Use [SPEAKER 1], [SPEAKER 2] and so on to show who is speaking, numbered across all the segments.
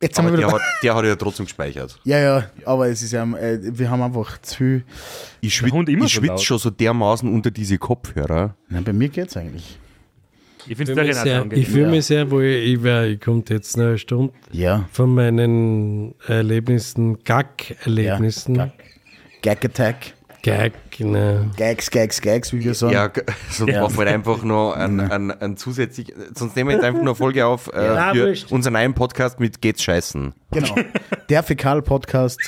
[SPEAKER 1] Jetzt
[SPEAKER 2] Aber
[SPEAKER 1] haben wir
[SPEAKER 2] der
[SPEAKER 1] wieder.
[SPEAKER 2] hat, der hat ja trotzdem gespeichert.
[SPEAKER 1] Ja, ja, aber es ist ja, äh, wir haben einfach zu viel.
[SPEAKER 2] Ich, schwit,
[SPEAKER 3] Hund immer
[SPEAKER 2] ich
[SPEAKER 3] so
[SPEAKER 2] schwitze
[SPEAKER 3] laut.
[SPEAKER 2] schon so dermaßen unter diese Kopfhörer.
[SPEAKER 1] Nein, bei mir geht's eigentlich.
[SPEAKER 3] Ich finde
[SPEAKER 4] Ich
[SPEAKER 3] es der
[SPEAKER 4] fühle mich
[SPEAKER 3] Renate
[SPEAKER 4] sehr, ich
[SPEAKER 3] angenehm.
[SPEAKER 4] fühl
[SPEAKER 1] Ja.
[SPEAKER 4] mich sehr wohl, ich, wär- ich kommt jetzt noch eine Stunde
[SPEAKER 1] Ja.
[SPEAKER 4] von meinen Erlebnissen, Gag-Erlebnissen.
[SPEAKER 1] Ja. Gag Attack.
[SPEAKER 4] Gag, ne.
[SPEAKER 1] Gags, Gags, Gags, wie wir sagen.
[SPEAKER 2] Ja, g- sonst machen wir Also halt einfach noch einen, einen, einen zusätzlich. Sonst nehmen wir jetzt einfach nur eine Folge auf äh,
[SPEAKER 4] Ja,
[SPEAKER 2] für
[SPEAKER 4] wurscht.
[SPEAKER 2] unseren neuen Podcast mit Geht's Scheißen.
[SPEAKER 1] Genau. Der Fäkal-Podcast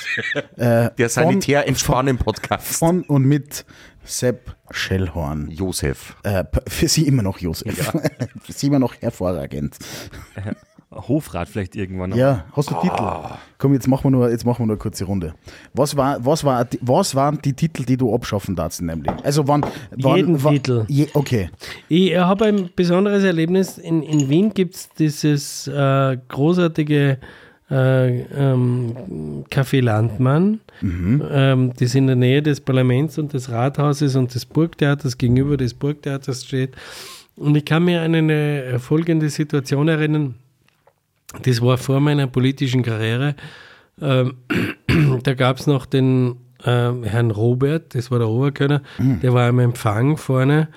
[SPEAKER 2] Der
[SPEAKER 1] Von-
[SPEAKER 2] sanitär entspannende Podcast.
[SPEAKER 1] von und mit Sepp Schellhorn.
[SPEAKER 2] Josef.
[SPEAKER 1] Äh, p- für Sie immer noch Josef. für Sie immer noch hervorragend.
[SPEAKER 3] Hofrat vielleicht irgendwann noch.
[SPEAKER 1] Ja, hast
[SPEAKER 2] Ah.
[SPEAKER 1] du Titel? Komm, jetzt machen wir nur, jetzt machen wir nur eine kurze Runde. Was, war, was, war, was waren die Titel, die du abschaffen darfst in deinem Leben? Also wann, wann
[SPEAKER 4] Jeden
[SPEAKER 1] wann,
[SPEAKER 4] Titel.
[SPEAKER 1] Je, okay.
[SPEAKER 4] Ich habe ein besonderes Erlebnis. In, in Wien gibt es dieses äh, großartige äh, ähm, Café Landmann. Ähm, das in der Nähe des Parlaments und des Rathauses und des Burgtheaters, gegenüber des Burgtheaters steht. Und ich kann mir an eine äh, folgende Situation erinnern. Das war vor meiner politischen Karriere. Ähm, da gab es noch den ähm, Herrn Robert, das war der Oberkörner, der war am Empfang vorne.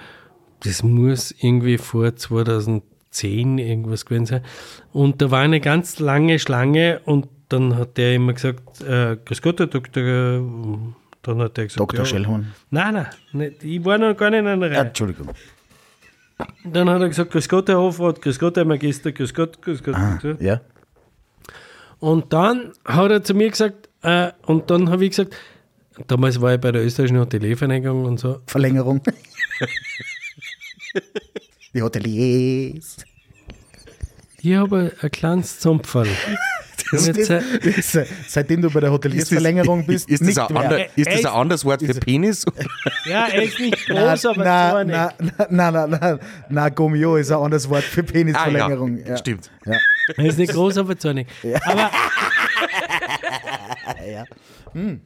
[SPEAKER 4] Das muss irgendwie vor 2010 irgendwas gewesen sein. Und da war eine ganz lange Schlange und dann hat der immer gesagt, äh, Grüß Gott, Herr Doktor. äh, Dann hat er gesagt,
[SPEAKER 1] Dr. Schellhorn.
[SPEAKER 4] Nein, nein, nicht. ich war noch gar nicht in einer
[SPEAKER 1] Äh,
[SPEAKER 4] Reihe.
[SPEAKER 1] Entschuldigung.
[SPEAKER 4] Dann hat er gesagt, Grüß Gott, Herr Hofrat, Grüß Gott, Herr Magister, Grüß Gott, Grüß Gott. Grüß Gott.
[SPEAKER 1] Ah, Ja?
[SPEAKER 4] Und dann hat er zu mir gesagt, äh, und dann habe ich gesagt, damals war ich bei der österreichischen Hoteliervereinigung und so,
[SPEAKER 1] Verlängerung. die Hoteliers.
[SPEAKER 4] ich habe ein kleines Zumpferl. Und jetzt, äh,
[SPEAKER 1] Se- Seitdem du bei der Hoteliersverlängerung bist,
[SPEAKER 2] Ist das,
[SPEAKER 1] nicht
[SPEAKER 2] ein,
[SPEAKER 1] mehr.
[SPEAKER 2] ander,
[SPEAKER 4] Äh,
[SPEAKER 2] ist das
[SPEAKER 4] echt?
[SPEAKER 2] ein anderes Wort für Penis?
[SPEAKER 4] ja, er ist nicht
[SPEAKER 1] Na,
[SPEAKER 4] groß, aber
[SPEAKER 1] na,
[SPEAKER 4] so
[SPEAKER 1] na, na, na, na, na, na, Gomio ist ein anderes Wort für Penisverlängerung. Ah, ja.
[SPEAKER 2] Ah, Stimmt.
[SPEAKER 1] Ja.
[SPEAKER 4] Er ist nicht groß, aber zornig. Aber.
[SPEAKER 1] Hm.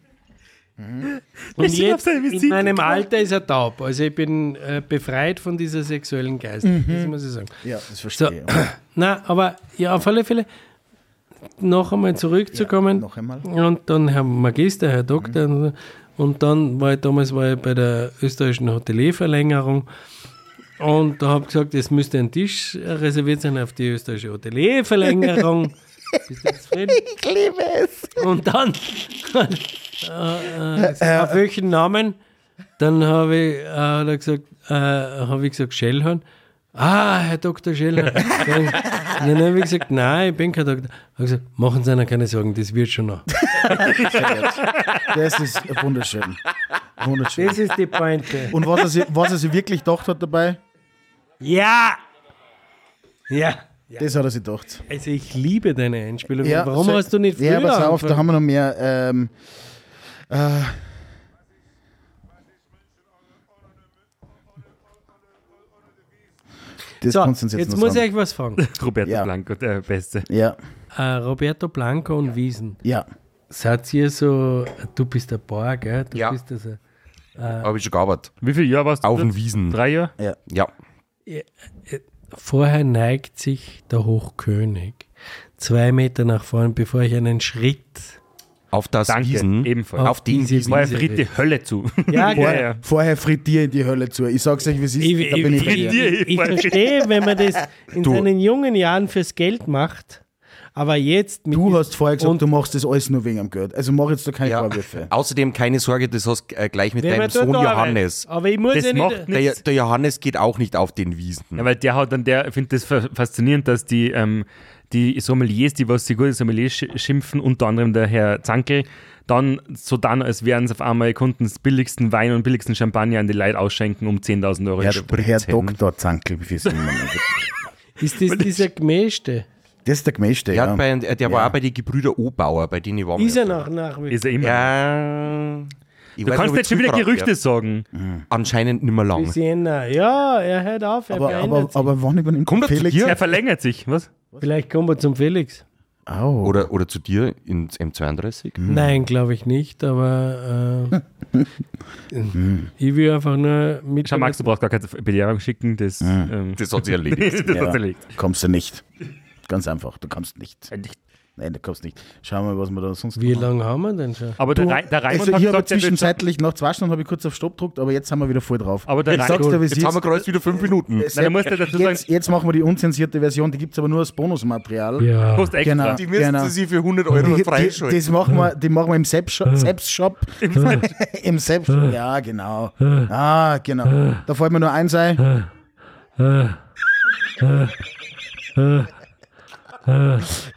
[SPEAKER 4] Hm. Und
[SPEAKER 3] Ich hab's
[SPEAKER 4] jetzt
[SPEAKER 3] ja im
[SPEAKER 4] in
[SPEAKER 3] Visier
[SPEAKER 4] meinem Alter ist er taub. Also ich bin äh, befreit von dieser sexuellen Geist.
[SPEAKER 1] Mhm.
[SPEAKER 4] Das muss ich sagen.
[SPEAKER 1] ja, das
[SPEAKER 4] So.
[SPEAKER 1] verstehe ich.
[SPEAKER 4] Na, aber ja, auf alle Fälle noch einmal zurückzukommen.
[SPEAKER 1] noch einmal. Mhm.
[SPEAKER 4] Und dann Herr Magister, Herr Doktor. und so. Und dann war ich damals war ich bei der österreichischen Hotelierverlängerung. Und da habe ich gesagt, es müsste ein Tisch äh, reserviert sein auf die österreichische Hotelierverlängerung. Bist du zufrieden?
[SPEAKER 1] Ich liebe es.
[SPEAKER 4] Und dann, äh, äh, auf welchen Namen? Dann habe ich, äh, hat er gesagt, äh, habe ich gesagt, Schellhorn. Ah, Herr Dr. Schellhorn. dann dann habe ich gesagt, nein, ich bin kein Doktor. Hab gesagt, machen Sie einer keine Sorgen, das wird schon noch.
[SPEAKER 1] Das ist wunderschön. Wunderschön.
[SPEAKER 4] Das ist die Pointe.
[SPEAKER 1] Und was er, sich, was er sich wirklich gedacht hat dabei,
[SPEAKER 4] Ja! Ah! Ja.
[SPEAKER 1] das hat er sich gedacht.
[SPEAKER 4] Also ich liebe deine Einspielung.
[SPEAKER 1] Ja,
[SPEAKER 4] Warum
[SPEAKER 1] so-
[SPEAKER 4] hast du nicht früher
[SPEAKER 1] Ja, pass auf, da
[SPEAKER 4] angefangen?
[SPEAKER 1] haben wir noch mehr. Ähm, äh, das
[SPEAKER 4] so,
[SPEAKER 1] kannst du uns jetzt,
[SPEAKER 4] jetzt
[SPEAKER 1] noch
[SPEAKER 4] muss ich
[SPEAKER 1] sagen.
[SPEAKER 4] euch was fragen.
[SPEAKER 3] Roberto
[SPEAKER 1] Ja.
[SPEAKER 3] Blanco, der Beste.
[SPEAKER 1] Ja,
[SPEAKER 4] Äh, Roberto Blanco und Wiesen.
[SPEAKER 1] ja.
[SPEAKER 4] Seid ihr so, du bist der Bauer, gell? Du
[SPEAKER 2] Ja.
[SPEAKER 4] bist also,
[SPEAKER 2] Habe ich schon gearbeitet.
[SPEAKER 3] Wie viel Jahr warst du?
[SPEAKER 2] Auf
[SPEAKER 3] dort?
[SPEAKER 2] den Wiesen.
[SPEAKER 3] Drei Jahre?
[SPEAKER 2] Ja.
[SPEAKER 4] vorher neigt sich der Hochkönig zwei Meter nach vorn, bevor ich einen Schritt.
[SPEAKER 2] Auf das
[SPEAKER 3] Danke,
[SPEAKER 2] Wiesen.
[SPEAKER 3] ebenfalls.
[SPEAKER 2] Auf den
[SPEAKER 4] diese
[SPEAKER 2] Wiesen. genau.
[SPEAKER 3] War
[SPEAKER 4] Wiese
[SPEAKER 3] fritt die Hölle zu.
[SPEAKER 4] Ja,
[SPEAKER 3] ja,
[SPEAKER 4] gell.
[SPEAKER 3] ja.
[SPEAKER 1] Vorher frittier in die Hölle zu. Ich sag's euch, wie es ist.
[SPEAKER 4] Ich,
[SPEAKER 1] da bin ich bei
[SPEAKER 4] ich,
[SPEAKER 1] dir.
[SPEAKER 4] ich, ich verstehe, wenn man das in
[SPEAKER 2] Du.
[SPEAKER 4] seinen jungen Jahren fürs Geld macht, aber jetzt mit
[SPEAKER 1] Du hast vorher gesagt,
[SPEAKER 4] Und-
[SPEAKER 1] du machst das alles nur wegen dem Geld. Also mach jetzt da keine
[SPEAKER 2] Ja.
[SPEAKER 1] Vorwürfe.
[SPEAKER 2] Außerdem keine Sorge, das hast äh, gleich mit
[SPEAKER 4] wenn
[SPEAKER 2] deinem
[SPEAKER 4] man dort
[SPEAKER 2] Sohn
[SPEAKER 4] arbeitet.
[SPEAKER 2] Johannes.
[SPEAKER 4] Aber ich muss
[SPEAKER 3] Das
[SPEAKER 4] ja nicht.
[SPEAKER 3] macht
[SPEAKER 2] Der,
[SPEAKER 3] nichts.
[SPEAKER 2] der Johannes geht auch nicht auf den Wiesen.
[SPEAKER 3] Ja, weil der hat dann, der findet das fa- faszinierend, dass die, ähm, die Sommeliers, die was die gute Sommeliers sch- schimpfen, unter anderem der Herr Zankel, dann so dann, als wären es auf einmal Kunden das billigsten Wein und billigsten Champagner an die Leute ausschenken um 10.000 Euro.
[SPEAKER 1] Herr,
[SPEAKER 3] Sprit.
[SPEAKER 1] Herr Dr. Zankel, wie viel sind wir
[SPEAKER 4] Ist das dieser Gemäschte?
[SPEAKER 1] Das ist der Gemischte,
[SPEAKER 2] Der,
[SPEAKER 1] ja.
[SPEAKER 2] hat bei, äh, der war auch bei den Gebrüder Obauer, bei denen ich war.
[SPEAKER 4] Ist er nach, nach wie
[SPEAKER 3] ist er immer.
[SPEAKER 2] Ja. Ich
[SPEAKER 3] du
[SPEAKER 2] weiß nicht,
[SPEAKER 3] kannst
[SPEAKER 2] ob
[SPEAKER 3] jetzt schon
[SPEAKER 2] ich
[SPEAKER 3] wieder
[SPEAKER 2] zuverrat
[SPEAKER 3] Gerüchte
[SPEAKER 2] werd.
[SPEAKER 3] sagen.
[SPEAKER 2] Anscheinend nicht mehr lang.
[SPEAKER 4] bis Jänner? Ja, er hört auf, er
[SPEAKER 1] aber, aber,
[SPEAKER 4] verändert sich.
[SPEAKER 1] aber wann übernimmt
[SPEAKER 2] Kommt er zu
[SPEAKER 1] Felix?
[SPEAKER 2] dir?
[SPEAKER 3] Er verlängert sich, was?
[SPEAKER 4] Vielleicht kommen wir zum Felix.
[SPEAKER 1] Au.
[SPEAKER 2] Oder, oder zu dir ins M32?
[SPEAKER 4] Nein, glaube ich nicht, aber äh, ich will einfach nur mit.
[SPEAKER 3] Schau, Max, du brauchst gar keine Belehrung schicken, das, ähm,
[SPEAKER 2] Das hat sich erledigt.
[SPEAKER 3] das hat
[SPEAKER 1] Ja.
[SPEAKER 3] erledigt. Äh,
[SPEAKER 1] Kommst du nicht. Ganz einfach, du kommst nicht. Nein, da kommst nicht. Schauen wir mal, was wir da sonst
[SPEAKER 4] Wie
[SPEAKER 1] noch
[SPEAKER 4] lange haben wir denn schon?
[SPEAKER 3] Aber der,
[SPEAKER 1] Du,
[SPEAKER 3] Rei- der Raimund
[SPEAKER 1] also
[SPEAKER 3] hat
[SPEAKER 1] ich habe
[SPEAKER 3] gesagt, er wird schon-
[SPEAKER 1] zwischenzeitlich nach zwei Stunden habe ich kurz auf Stopp gedruckt, aber jetzt haben wir wieder voll drauf.
[SPEAKER 3] Aber der
[SPEAKER 1] jetzt
[SPEAKER 3] Rhein-
[SPEAKER 1] sagst du, wie es
[SPEAKER 2] Jetzt haben wir
[SPEAKER 1] ist.
[SPEAKER 2] gerade wieder fünf Minuten.
[SPEAKER 3] Nein, da musst du dazu sagen,
[SPEAKER 1] Jetzt, jetzt machen wir die unzensierte Version, die gibt es aber nur als Bonusmaterial.
[SPEAKER 4] Ja.
[SPEAKER 3] kostet extra.
[SPEAKER 1] Genau.
[SPEAKER 2] Die müssten
[SPEAKER 1] Genau.
[SPEAKER 2] sie für 100 Euro
[SPEAKER 1] Die, die,
[SPEAKER 2] freischalten.
[SPEAKER 1] das machen wir, die machen wir im Selbstshop. Im Selbstshop. Ja, genau. Ah, genau. Da fällt mir nur eins ein.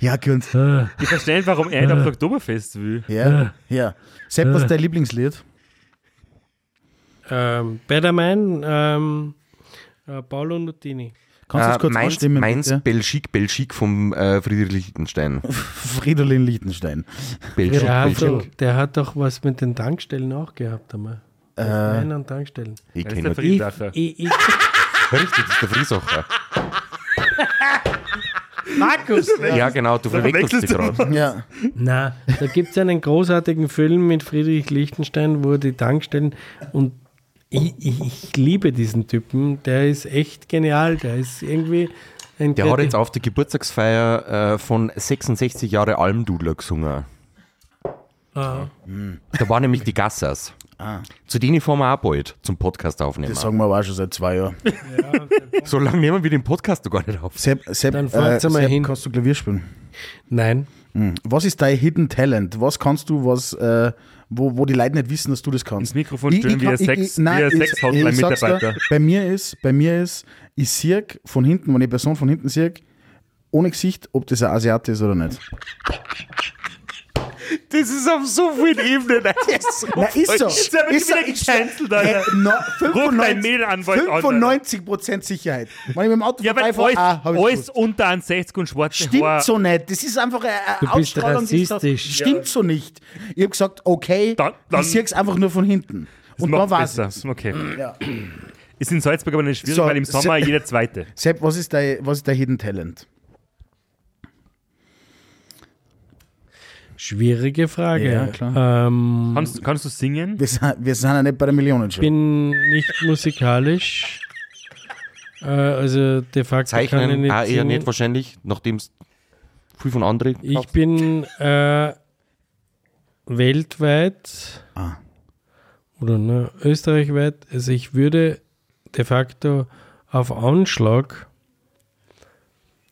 [SPEAKER 1] Ja, Kunz.
[SPEAKER 3] Ich verstehe nicht, warum er nicht aufs Oktoberfest will.
[SPEAKER 1] Ja, ja. Sepp, was ist dein Lieblingslied?
[SPEAKER 4] Ähm, Betterman, ähm, äh, Paolo Nutini.
[SPEAKER 1] Kannst du es kurz
[SPEAKER 2] meins,
[SPEAKER 1] anstimmen,
[SPEAKER 2] meins
[SPEAKER 1] bitte?
[SPEAKER 2] Äh, Belschik, Belschik vom äh, Friedrich Lichtenstein.
[SPEAKER 1] Fridolin Liechtenstein.
[SPEAKER 2] Belschik,
[SPEAKER 4] Der hat,
[SPEAKER 2] Belschik.
[SPEAKER 4] doch, der hat doch was mit den Tankstellen auch gehabt einmal. Äh, Nein, an Tankstellen.
[SPEAKER 2] Ich
[SPEAKER 3] Das ist
[SPEAKER 2] kenne
[SPEAKER 3] der
[SPEAKER 2] das.
[SPEAKER 4] Ich,
[SPEAKER 3] Friedacher.
[SPEAKER 4] ich, ich,
[SPEAKER 2] Richtig, das ist der Friesacher.
[SPEAKER 4] Markus!
[SPEAKER 2] Ja, genau, du verwechselst dich gerade.
[SPEAKER 1] Ja.
[SPEAKER 4] Na, da gibt es einen großartigen Film mit Friedrich Lichtenstein, wo er die Tankstellen und ich, ich, ich liebe diesen Typen, der ist echt genial, der ist irgendwie ein
[SPEAKER 2] Der hat jetzt
[SPEAKER 4] Kreativ-
[SPEAKER 2] auf der Geburtstagsfeier äh, von 66 Jahre Almdudler gesungen.
[SPEAKER 4] Ah.
[SPEAKER 2] Da waren nämlich die Gassers. Zu denen fahren wir auch bald zum Podcast aufnehmen.
[SPEAKER 1] Das sagen wir aber auch schon seit zwei Jahren.
[SPEAKER 2] So lange nehmen wir den Podcast doch gar nicht auf.
[SPEAKER 1] Sepp, Sepp, äh,
[SPEAKER 4] Dann fahrt's einmal
[SPEAKER 1] Sepp
[SPEAKER 4] hin.
[SPEAKER 1] kannst du Klavier spielen?
[SPEAKER 4] Nein,
[SPEAKER 1] Was ist dein Hidden Talent? Was kannst du, was, äh, wo, wo die Leute nicht wissen, dass du das kannst?
[SPEAKER 3] Ins Mikrofon stören wir sechs- wir
[SPEAKER 1] ich-
[SPEAKER 3] sechs Hotline-Mitarbeiter.
[SPEAKER 1] ich sag's dir, Bei mir ist, bei mir ist, ich sehe von hinten, wenn ich eine Person von hinten sehe, ohne Gesicht, ob das ein Asiate ist oder nicht.
[SPEAKER 2] Das ist auf so vielen Ebenen.
[SPEAKER 1] Na, ist so.
[SPEAKER 3] Jetzt haben wir
[SPEAKER 1] Ist so,
[SPEAKER 3] wieder
[SPEAKER 1] ist so.
[SPEAKER 3] gecancelt, Alter.
[SPEAKER 1] Äh, no,
[SPEAKER 3] Ruf deinen
[SPEAKER 1] 95,
[SPEAKER 3] Medienanwalt an. Alter.
[SPEAKER 1] 95% Sicherheit. Wenn ich mit dem Auto
[SPEAKER 3] Ja, weil
[SPEAKER 1] vorbeifahre,
[SPEAKER 3] alles,
[SPEAKER 1] ah, hab ich's gewusst.
[SPEAKER 3] alles unter 61 und schwarze
[SPEAKER 1] Stimmt
[SPEAKER 3] Haare.
[SPEAKER 1] so nicht. Das ist einfach eine eine
[SPEAKER 4] Du bist
[SPEAKER 1] Ausstrahlung. die ist da-
[SPEAKER 4] rassistisch.
[SPEAKER 1] Stimmt so nicht. Ich habe gesagt, okay,
[SPEAKER 3] Dann- dann-
[SPEAKER 1] ich sehe es einfach nur von hinten.
[SPEAKER 3] Das
[SPEAKER 1] Und dann war
[SPEAKER 3] macht's
[SPEAKER 1] es.
[SPEAKER 3] besser. Okay.
[SPEAKER 1] Ja.
[SPEAKER 3] Ist in Salzburg aber nicht schwierig,
[SPEAKER 1] So,
[SPEAKER 3] weil im Sommer
[SPEAKER 1] se-
[SPEAKER 3] jeder Zweite.
[SPEAKER 1] Sepp, was ist dein, was ist dein Hidden Talent?
[SPEAKER 4] schwierige Frage.
[SPEAKER 1] Ja, klar.
[SPEAKER 4] Ähm,
[SPEAKER 3] Kannst, kannst du singen?
[SPEAKER 1] Wir sind, wir sind ja nicht bei der Millionenshow.
[SPEAKER 4] bin nicht musikalisch. Äh, also de facto kann ich
[SPEAKER 2] Zeichnen
[SPEAKER 4] nicht
[SPEAKER 2] auch eher
[SPEAKER 4] singen.
[SPEAKER 2] nicht wahrscheinlich, nachdem es viel von anderen.
[SPEAKER 4] Ich bin äh, weltweit
[SPEAKER 1] Ah.
[SPEAKER 4] oder ne, österreichweit, also ich würde de facto auf Anschlag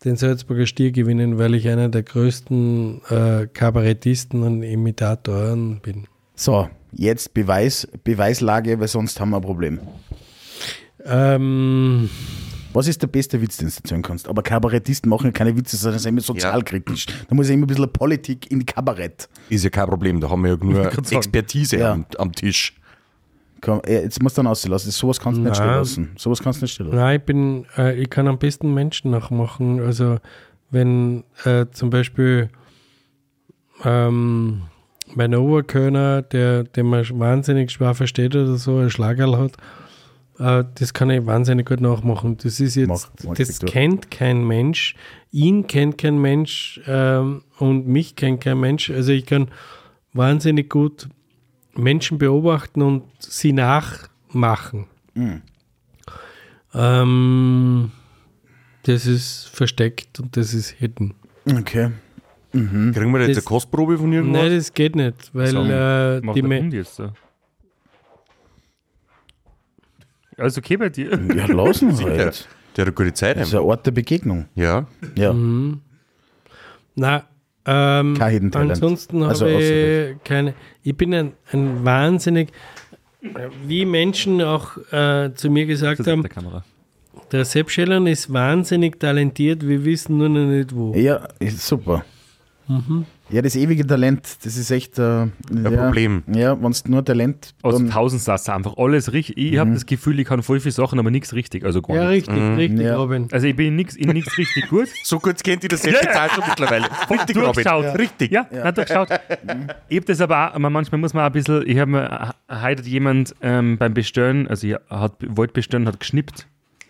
[SPEAKER 4] den Salzburger Stier gewinnen, weil ich einer der größten äh, Kabarettisten und Imitatoren bin.
[SPEAKER 1] So, jetzt Beweis, Beweislage, weil sonst haben wir ein Problem.
[SPEAKER 4] Ähm,
[SPEAKER 1] Was ist der beste Witz, den du erzählen kannst? Aber Kabarettisten machen ja keine Witze, sondern sind immer sozialkritisch. Da muss ja immer ein bisschen Politik in Kabarett.
[SPEAKER 2] Ist ja kein Problem, da haben wir ja nur
[SPEAKER 3] grad sagen.
[SPEAKER 2] Expertise
[SPEAKER 1] Ja.
[SPEAKER 2] am, am Tisch.
[SPEAKER 1] Komm, äh, jetzt musst du dann auslassen. Sowas kannst du nicht
[SPEAKER 4] Nein.
[SPEAKER 1] stehen lassen. Sowas kannst du nicht stehen lassen.
[SPEAKER 4] Nein, ich bin, äh, ich kann am besten Menschen nachmachen. Also wenn äh, zum Beispiel ähm, mein Oberkörner, der, den man sch- wahnsinnig schwer versteht oder so, ein Schlagerl hat, äh, das kann ich wahnsinnig gut nachmachen. Das ist jetzt,
[SPEAKER 1] Mach- mach
[SPEAKER 4] das
[SPEAKER 1] bitte.
[SPEAKER 4] kennt kein Mensch, ihn kennt kein Mensch ähm, und mich kennt kein Mensch. Also ich kann wahnsinnig gut Menschen beobachten und sie nachmachen. Ähm, das ist versteckt und das ist hidden.
[SPEAKER 1] Okay.
[SPEAKER 2] Kriegen wir da jetzt
[SPEAKER 4] Das-
[SPEAKER 2] eine Kostprobe von irgendwas?
[SPEAKER 4] Nein, das geht nicht, weil äh,
[SPEAKER 3] Mach
[SPEAKER 4] die
[SPEAKER 3] den
[SPEAKER 4] Me
[SPEAKER 3] Hund jetzt so. Alles okay bei dir?
[SPEAKER 1] Ja, lassen Sie
[SPEAKER 2] der,
[SPEAKER 1] halt.
[SPEAKER 2] der hat eine gute Zeit.
[SPEAKER 1] Das ist ein Ort der Begegnung.
[SPEAKER 2] Ja.
[SPEAKER 1] Ja.
[SPEAKER 4] Na, ähm,
[SPEAKER 1] Kein Hidden Talent.
[SPEAKER 4] ansonsten
[SPEAKER 1] Also
[SPEAKER 4] habe
[SPEAKER 1] außer
[SPEAKER 4] ich keine. Ich bin ein, ein wahnsinnig, wie Menschen auch äh, zu mir gesagt
[SPEAKER 3] Das ist auf
[SPEAKER 4] haben,
[SPEAKER 3] der Kamera.
[SPEAKER 4] der Sepp Schellern ist wahnsinnig talentiert, wir wissen nur noch nicht wo.
[SPEAKER 1] Ja, ist super. Ja, das ewige Talent, das ist echt äh, ein ja,
[SPEAKER 2] Problem.
[SPEAKER 1] Ja, wenn nur Talent.
[SPEAKER 3] Also
[SPEAKER 4] Ähm,
[SPEAKER 1] Dann,
[SPEAKER 3] Tausendsasser, einfach alles richtig. Ich habe das Gefühl, ich kann voll viele Sachen, aber nichts richtig. Also gar
[SPEAKER 4] Mhm. Ja,
[SPEAKER 3] nicht.
[SPEAKER 4] richtig, richtig,
[SPEAKER 1] Mhm. Ja.
[SPEAKER 4] Robin.
[SPEAKER 3] Also ich bin in nichts in nix richtig gut.
[SPEAKER 2] So kurz kennt ihr das Selbstbezahl schon mittlerweile. Richtig, Robin.
[SPEAKER 3] durchschaut.
[SPEAKER 2] Richtig.
[SPEAKER 3] Ja, ja. durchschaut.
[SPEAKER 4] Mhm.
[SPEAKER 3] Ich habe das aber auch, aber manchmal muss man auch ein bisschen, ich habe mir, heute hat jemand ähm, beim Bestellen, also ich hat, wollte bestellen, hat geschnippt.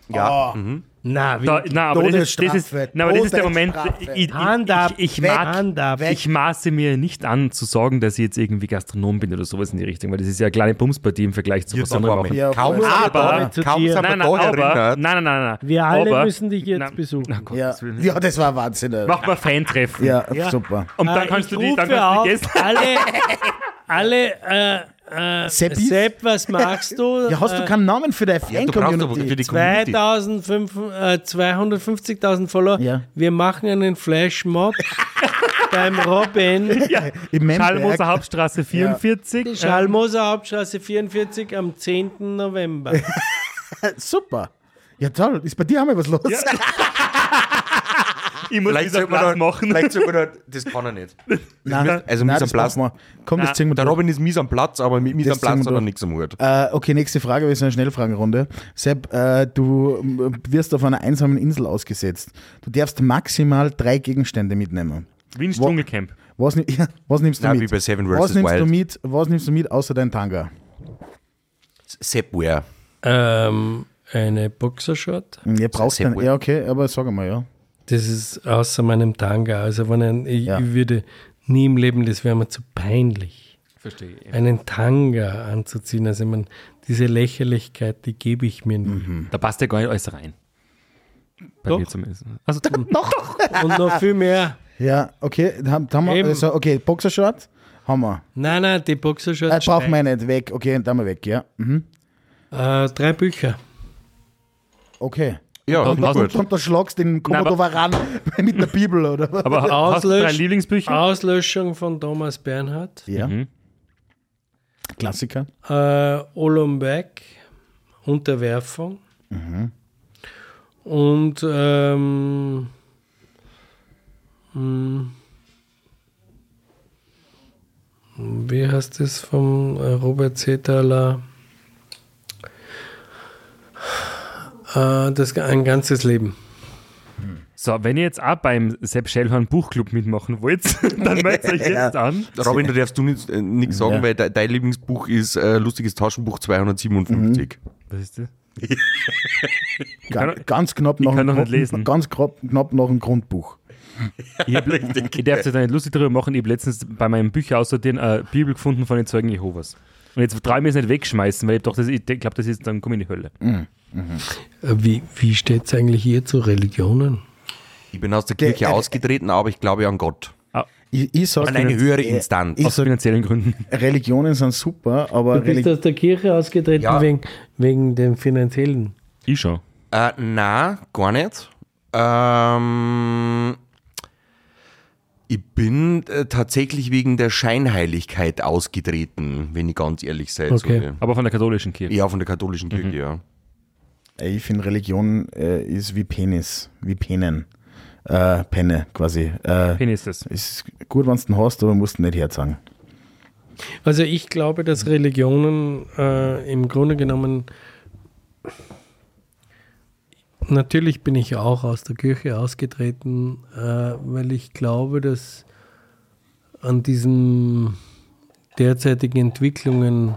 [SPEAKER 1] ja.
[SPEAKER 4] Na,
[SPEAKER 3] Da,
[SPEAKER 4] wirklich.
[SPEAKER 3] nein, aber das ist, das ist,
[SPEAKER 5] Todesstrafe,
[SPEAKER 3] nein, aber das ist der Moment,
[SPEAKER 5] Todesstrafe.
[SPEAKER 3] ich, ich,
[SPEAKER 4] Hand ab,
[SPEAKER 3] ich, ich,
[SPEAKER 4] weg,
[SPEAKER 3] mag,
[SPEAKER 4] Hand ab.
[SPEAKER 3] ich maße mir nicht an zu sagen, dass ich jetzt irgendwie Gastronom bin oder sowas in die Richtung, weil das ist ja eine kleine Bumspartie im Vergleich zu was
[SPEAKER 2] Jetzt
[SPEAKER 3] anderem.
[SPEAKER 2] aber
[SPEAKER 3] machen.
[SPEAKER 2] mit-
[SPEAKER 1] Ja,
[SPEAKER 2] kaum
[SPEAKER 1] voll.
[SPEAKER 2] aber,
[SPEAKER 4] Damit zu
[SPEAKER 2] kaum
[SPEAKER 4] dir.
[SPEAKER 2] sind wir
[SPEAKER 3] Nein, nein,
[SPEAKER 2] da
[SPEAKER 3] aber,
[SPEAKER 2] erinnert.
[SPEAKER 3] nein, nein, nein, nein.
[SPEAKER 4] Wir alle
[SPEAKER 3] aber,
[SPEAKER 4] müssen dich jetzt
[SPEAKER 3] Nein.
[SPEAKER 4] besuchen.
[SPEAKER 3] Ach Gott,
[SPEAKER 1] Ja.
[SPEAKER 3] das will ich nicht.
[SPEAKER 1] ja, das war Wahnsinn. ey.
[SPEAKER 3] Mach mal Fan-Treffen.
[SPEAKER 1] Ja,
[SPEAKER 4] Ja.
[SPEAKER 1] super.
[SPEAKER 3] Und dann
[SPEAKER 4] Äh,
[SPEAKER 3] kannst
[SPEAKER 4] ich
[SPEAKER 3] du die, dann
[SPEAKER 4] rufe
[SPEAKER 3] kannst du
[SPEAKER 4] auf,
[SPEAKER 3] die Gäste.
[SPEAKER 4] alle, alle äh, äh,
[SPEAKER 1] Seppi?
[SPEAKER 4] Sepp, was machst du?
[SPEAKER 1] Ja, hast du
[SPEAKER 4] Äh,
[SPEAKER 1] keinen Namen für deine
[SPEAKER 2] Ja, du brauchst aber für
[SPEAKER 1] Fan-Community?
[SPEAKER 2] die Community.
[SPEAKER 4] 2005, äh, 250.000 Follower.
[SPEAKER 1] Ja.
[SPEAKER 4] Wir machen einen Flashmob beim Robin.
[SPEAKER 3] Ja.
[SPEAKER 1] Im
[SPEAKER 3] Schallmoser
[SPEAKER 1] Memberg.
[SPEAKER 3] Hauptstraße 44. ähm,
[SPEAKER 4] Schalmoser Hauptstraße 44 am 10. November.
[SPEAKER 1] Super. Ja, toll. Ist bei dir auch mal was los?
[SPEAKER 3] Ja. Ähm, ich muss
[SPEAKER 2] Vielleicht
[SPEAKER 3] wieder
[SPEAKER 2] sollte man
[SPEAKER 3] Platz
[SPEAKER 2] dann-
[SPEAKER 3] machen.
[SPEAKER 2] Vielleicht sollte man dann- das kann er nicht.
[SPEAKER 1] Nein,
[SPEAKER 2] Also mies am
[SPEAKER 1] das
[SPEAKER 2] Platz.
[SPEAKER 1] machen wir. Komm, das
[SPEAKER 3] Nein,
[SPEAKER 1] ziehen wir
[SPEAKER 2] Der
[SPEAKER 1] durch.
[SPEAKER 2] Robin ist mies am Platz, aber mit mies
[SPEAKER 1] Das
[SPEAKER 2] am Platz
[SPEAKER 1] ziehen wir
[SPEAKER 2] hat er
[SPEAKER 1] durch.
[SPEAKER 2] nichts am Hut.
[SPEAKER 1] Äh, okay, nächste Frage. Wir sind eine Schnellfragenrunde. Sepp, äh, du ähm, wirst auf einer einsamen Insel ausgesetzt. Du darfst maximal drei Gegenstände mitnehmen.
[SPEAKER 3] Wins
[SPEAKER 1] Wo-
[SPEAKER 3] Dschungelcamp.
[SPEAKER 1] Was, ni- ja, was nimmst du
[SPEAKER 2] Nein,
[SPEAKER 1] mit?
[SPEAKER 2] wie bei Seven
[SPEAKER 1] was
[SPEAKER 2] vs.
[SPEAKER 1] nimmst du
[SPEAKER 2] Wild.
[SPEAKER 1] mit? Was nimmst du mit außer dein Tanga?
[SPEAKER 2] Sepware.
[SPEAKER 4] ähm, eine Boxershort.
[SPEAKER 1] Hm, Ihr braucht
[SPEAKER 2] Sepp
[SPEAKER 1] keinen.
[SPEAKER 2] Wild.
[SPEAKER 1] Ja, okay, aber sag einmal, ja.
[SPEAKER 4] Das ist außer meinem Tanga. Also wenn ein, ich,
[SPEAKER 1] Ja.
[SPEAKER 4] ich würde nie im Leben, das wäre mir zu peinlich.
[SPEAKER 3] Verstehe ich.
[SPEAKER 4] einen Tanga anzuziehen. Also ich meine, diese Lächerlichkeit, die gebe ich mir nicht.
[SPEAKER 3] Da passt ja gar nicht alles rein. Bei
[SPEAKER 4] Doch.
[SPEAKER 3] mir zumindest. Also,
[SPEAKER 4] Und noch viel mehr.
[SPEAKER 1] Ja, okay, da haben, da haben wir,
[SPEAKER 4] Eben.
[SPEAKER 1] also, okay, Boxershort haben wir.
[SPEAKER 4] Nein, nein, die Boxershorts.
[SPEAKER 1] Äh, brauchen
[SPEAKER 4] steigen.
[SPEAKER 1] wir nicht, weg, okay, da haben wir weg, ja. Mhm.
[SPEAKER 4] äh, drei Bücher.
[SPEAKER 1] Okay.
[SPEAKER 2] Ja,
[SPEAKER 3] Und-
[SPEAKER 2] na
[SPEAKER 1] Und,
[SPEAKER 2] gut.
[SPEAKER 1] und da schlagst du den Komodo Varan mit der Bibel, oder? was?
[SPEAKER 3] aber hast du deine
[SPEAKER 4] Auslösch-
[SPEAKER 3] Lieblingsbücher?
[SPEAKER 4] Auslöschung von Thomas Bernhard.
[SPEAKER 1] ja.
[SPEAKER 3] Mhm.
[SPEAKER 1] Klassiker.
[SPEAKER 4] Äh, Olumbeck. Unterwerfung. Und ähm, hm, wie heißt das vom äh, Robert Zetaler? Äh, das ein ganzes Leben.
[SPEAKER 3] So, wenn ihr jetzt auch beim Sepp Schellhorn Buchclub mitmachen wollt, dann meldet euch jetzt an.
[SPEAKER 2] Robin, da darfst du nichts äh, nichts sagen,
[SPEAKER 1] Ja.
[SPEAKER 2] weil de, dein Lieblingsbuch ist äh, Lustiges Taschenbuch 257.
[SPEAKER 1] Mhm.
[SPEAKER 3] Was ist das?
[SPEAKER 1] Ga ganz knapp nach dem
[SPEAKER 3] kann noch nicht
[SPEAKER 1] Grund-
[SPEAKER 3] lesen.
[SPEAKER 1] Ganz knapp, knapp nach dem Grundbuch.
[SPEAKER 3] Ich, hab, ich darf jetzt nicht lustig darüber machen, ich habe letztens bei meinem Bücher aussortieren eine Bibel gefunden von den Zeugen Jehovas. Und jetzt traue ich mir es nicht wegschmeißen, weil ich doch, das, ich glaube, das ist, dann komme ich in die Hölle.
[SPEAKER 4] Äh, Wie, wie steht es eigentlich hier zu Religionen?
[SPEAKER 2] Ich bin aus der Kirche
[SPEAKER 1] äh,
[SPEAKER 2] ausgetreten, aber ich glaube an Gott.
[SPEAKER 1] Ich, ich sag,
[SPEAKER 2] An eine
[SPEAKER 1] dir,
[SPEAKER 2] höhere
[SPEAKER 1] äh,
[SPEAKER 2] Instanz.
[SPEAKER 1] Ich
[SPEAKER 3] Aus
[SPEAKER 1] sag,
[SPEAKER 3] finanziellen Gründen.
[SPEAKER 1] Religionen sind super, aber
[SPEAKER 4] Du bist
[SPEAKER 1] Reli
[SPEAKER 4] aus der Kirche ausgetreten
[SPEAKER 2] Ja.
[SPEAKER 4] wegen, wegen dem finanziellen.
[SPEAKER 3] Ich schon.
[SPEAKER 2] Äh, nein, gar nicht. Ähm, ich bin äh, tatsächlich wegen der Scheinheiligkeit ausgetreten, wenn ich ganz ehrlich sein
[SPEAKER 4] Okay.
[SPEAKER 2] soll.
[SPEAKER 3] Aber von der katholischen Kirche.
[SPEAKER 2] Ja, von der katholischen
[SPEAKER 3] Mhm.
[SPEAKER 2] Kirche, ja.
[SPEAKER 1] Ey, ich finde, Religion äh, ist wie Penis, wie Penen. Äh, Penne quasi. Äh,
[SPEAKER 3] Penis ist das.
[SPEAKER 1] ist gut, wenn du den hast, aber musst du nicht herzagen.
[SPEAKER 4] Also ich glaube, dass Religionen äh, im Grunde genommen natürlich bin ich auch aus der Kirche ausgetreten, äh, weil ich glaube, dass an diesen derzeitigen Entwicklungen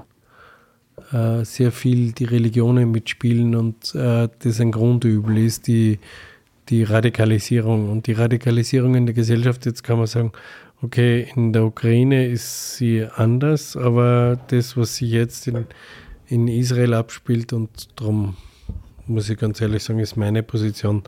[SPEAKER 4] äh, sehr viel die Religionen mitspielen und äh, das ein Grundübel ist, die, die Radikalisierung und die Radikalisierung in der Gesellschaft. Jetzt kann man sagen, okay, in der Ukraine ist sie anders, aber das, was sie jetzt in, in Israel abspielt und darum muss ich ganz ehrlich sagen, ist meine Position.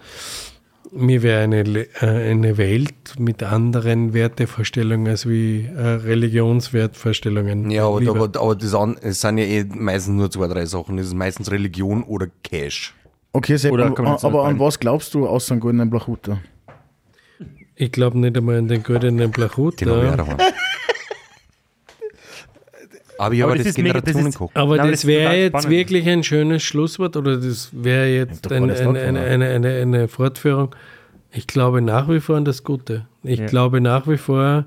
[SPEAKER 4] Mir wäre eine, Le- äh, eine Welt mit anderen Wertevorstellungen als wie äh, Religionswertvorstellungen.
[SPEAKER 2] Ja, aber,
[SPEAKER 4] lieber.
[SPEAKER 2] aber, aber das an, es sind ja eh meistens nur zwei, drei Sachen. Es ist meistens Religion oder Cash.
[SPEAKER 1] Okay, Sepp,
[SPEAKER 3] Oder
[SPEAKER 1] an-
[SPEAKER 3] kann man jetzt
[SPEAKER 1] aber an
[SPEAKER 3] sagen-
[SPEAKER 1] was glaubst du außer einem goldenen Blachuter?
[SPEAKER 4] Ich glaube nicht einmal an den goldenen Blachut.
[SPEAKER 2] Den habe ich auch
[SPEAKER 4] Ja.
[SPEAKER 2] daheim. Aber ich
[SPEAKER 3] Aber
[SPEAKER 2] habe
[SPEAKER 3] das
[SPEAKER 2] das,
[SPEAKER 3] ist mega- das ist-
[SPEAKER 2] Generationenkoch.
[SPEAKER 4] Aber
[SPEAKER 3] Nein,
[SPEAKER 4] das
[SPEAKER 3] das
[SPEAKER 4] wäre
[SPEAKER 3] ist
[SPEAKER 4] jetzt
[SPEAKER 3] spannend.
[SPEAKER 4] wirklich ein schönes Schlusswort oder das wäre jetzt
[SPEAKER 1] doch gar
[SPEAKER 4] ein,
[SPEAKER 1] nicht
[SPEAKER 4] ein,
[SPEAKER 1] angefangen,
[SPEAKER 4] eine, eine, eine, eine Fortführung. Ich glaube nach wie vor an das Gute. Ich
[SPEAKER 3] Ja.
[SPEAKER 4] glaube nach wie vor